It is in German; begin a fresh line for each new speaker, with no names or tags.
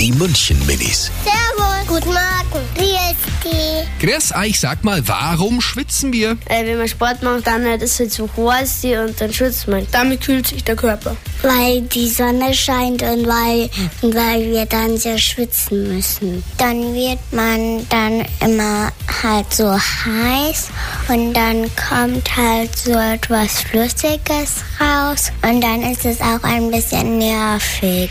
Die München Minis.
Servus. Guten Morgen. Wie ist die?
Chris, ah, ich sag mal, warum schwitzen wir?
Äh, wenn man Sport macht, dann äh, ist es so heiß die und dann schützt man. Damit kühlt sich der Körper.
Weil die Sonne scheint und weil, und weil wir dann sehr schwitzen müssen. Dann wird man dann immer halt so heiß und dann kommt halt so etwas Flüssiges raus und dann ist es auch ein bisschen nervig.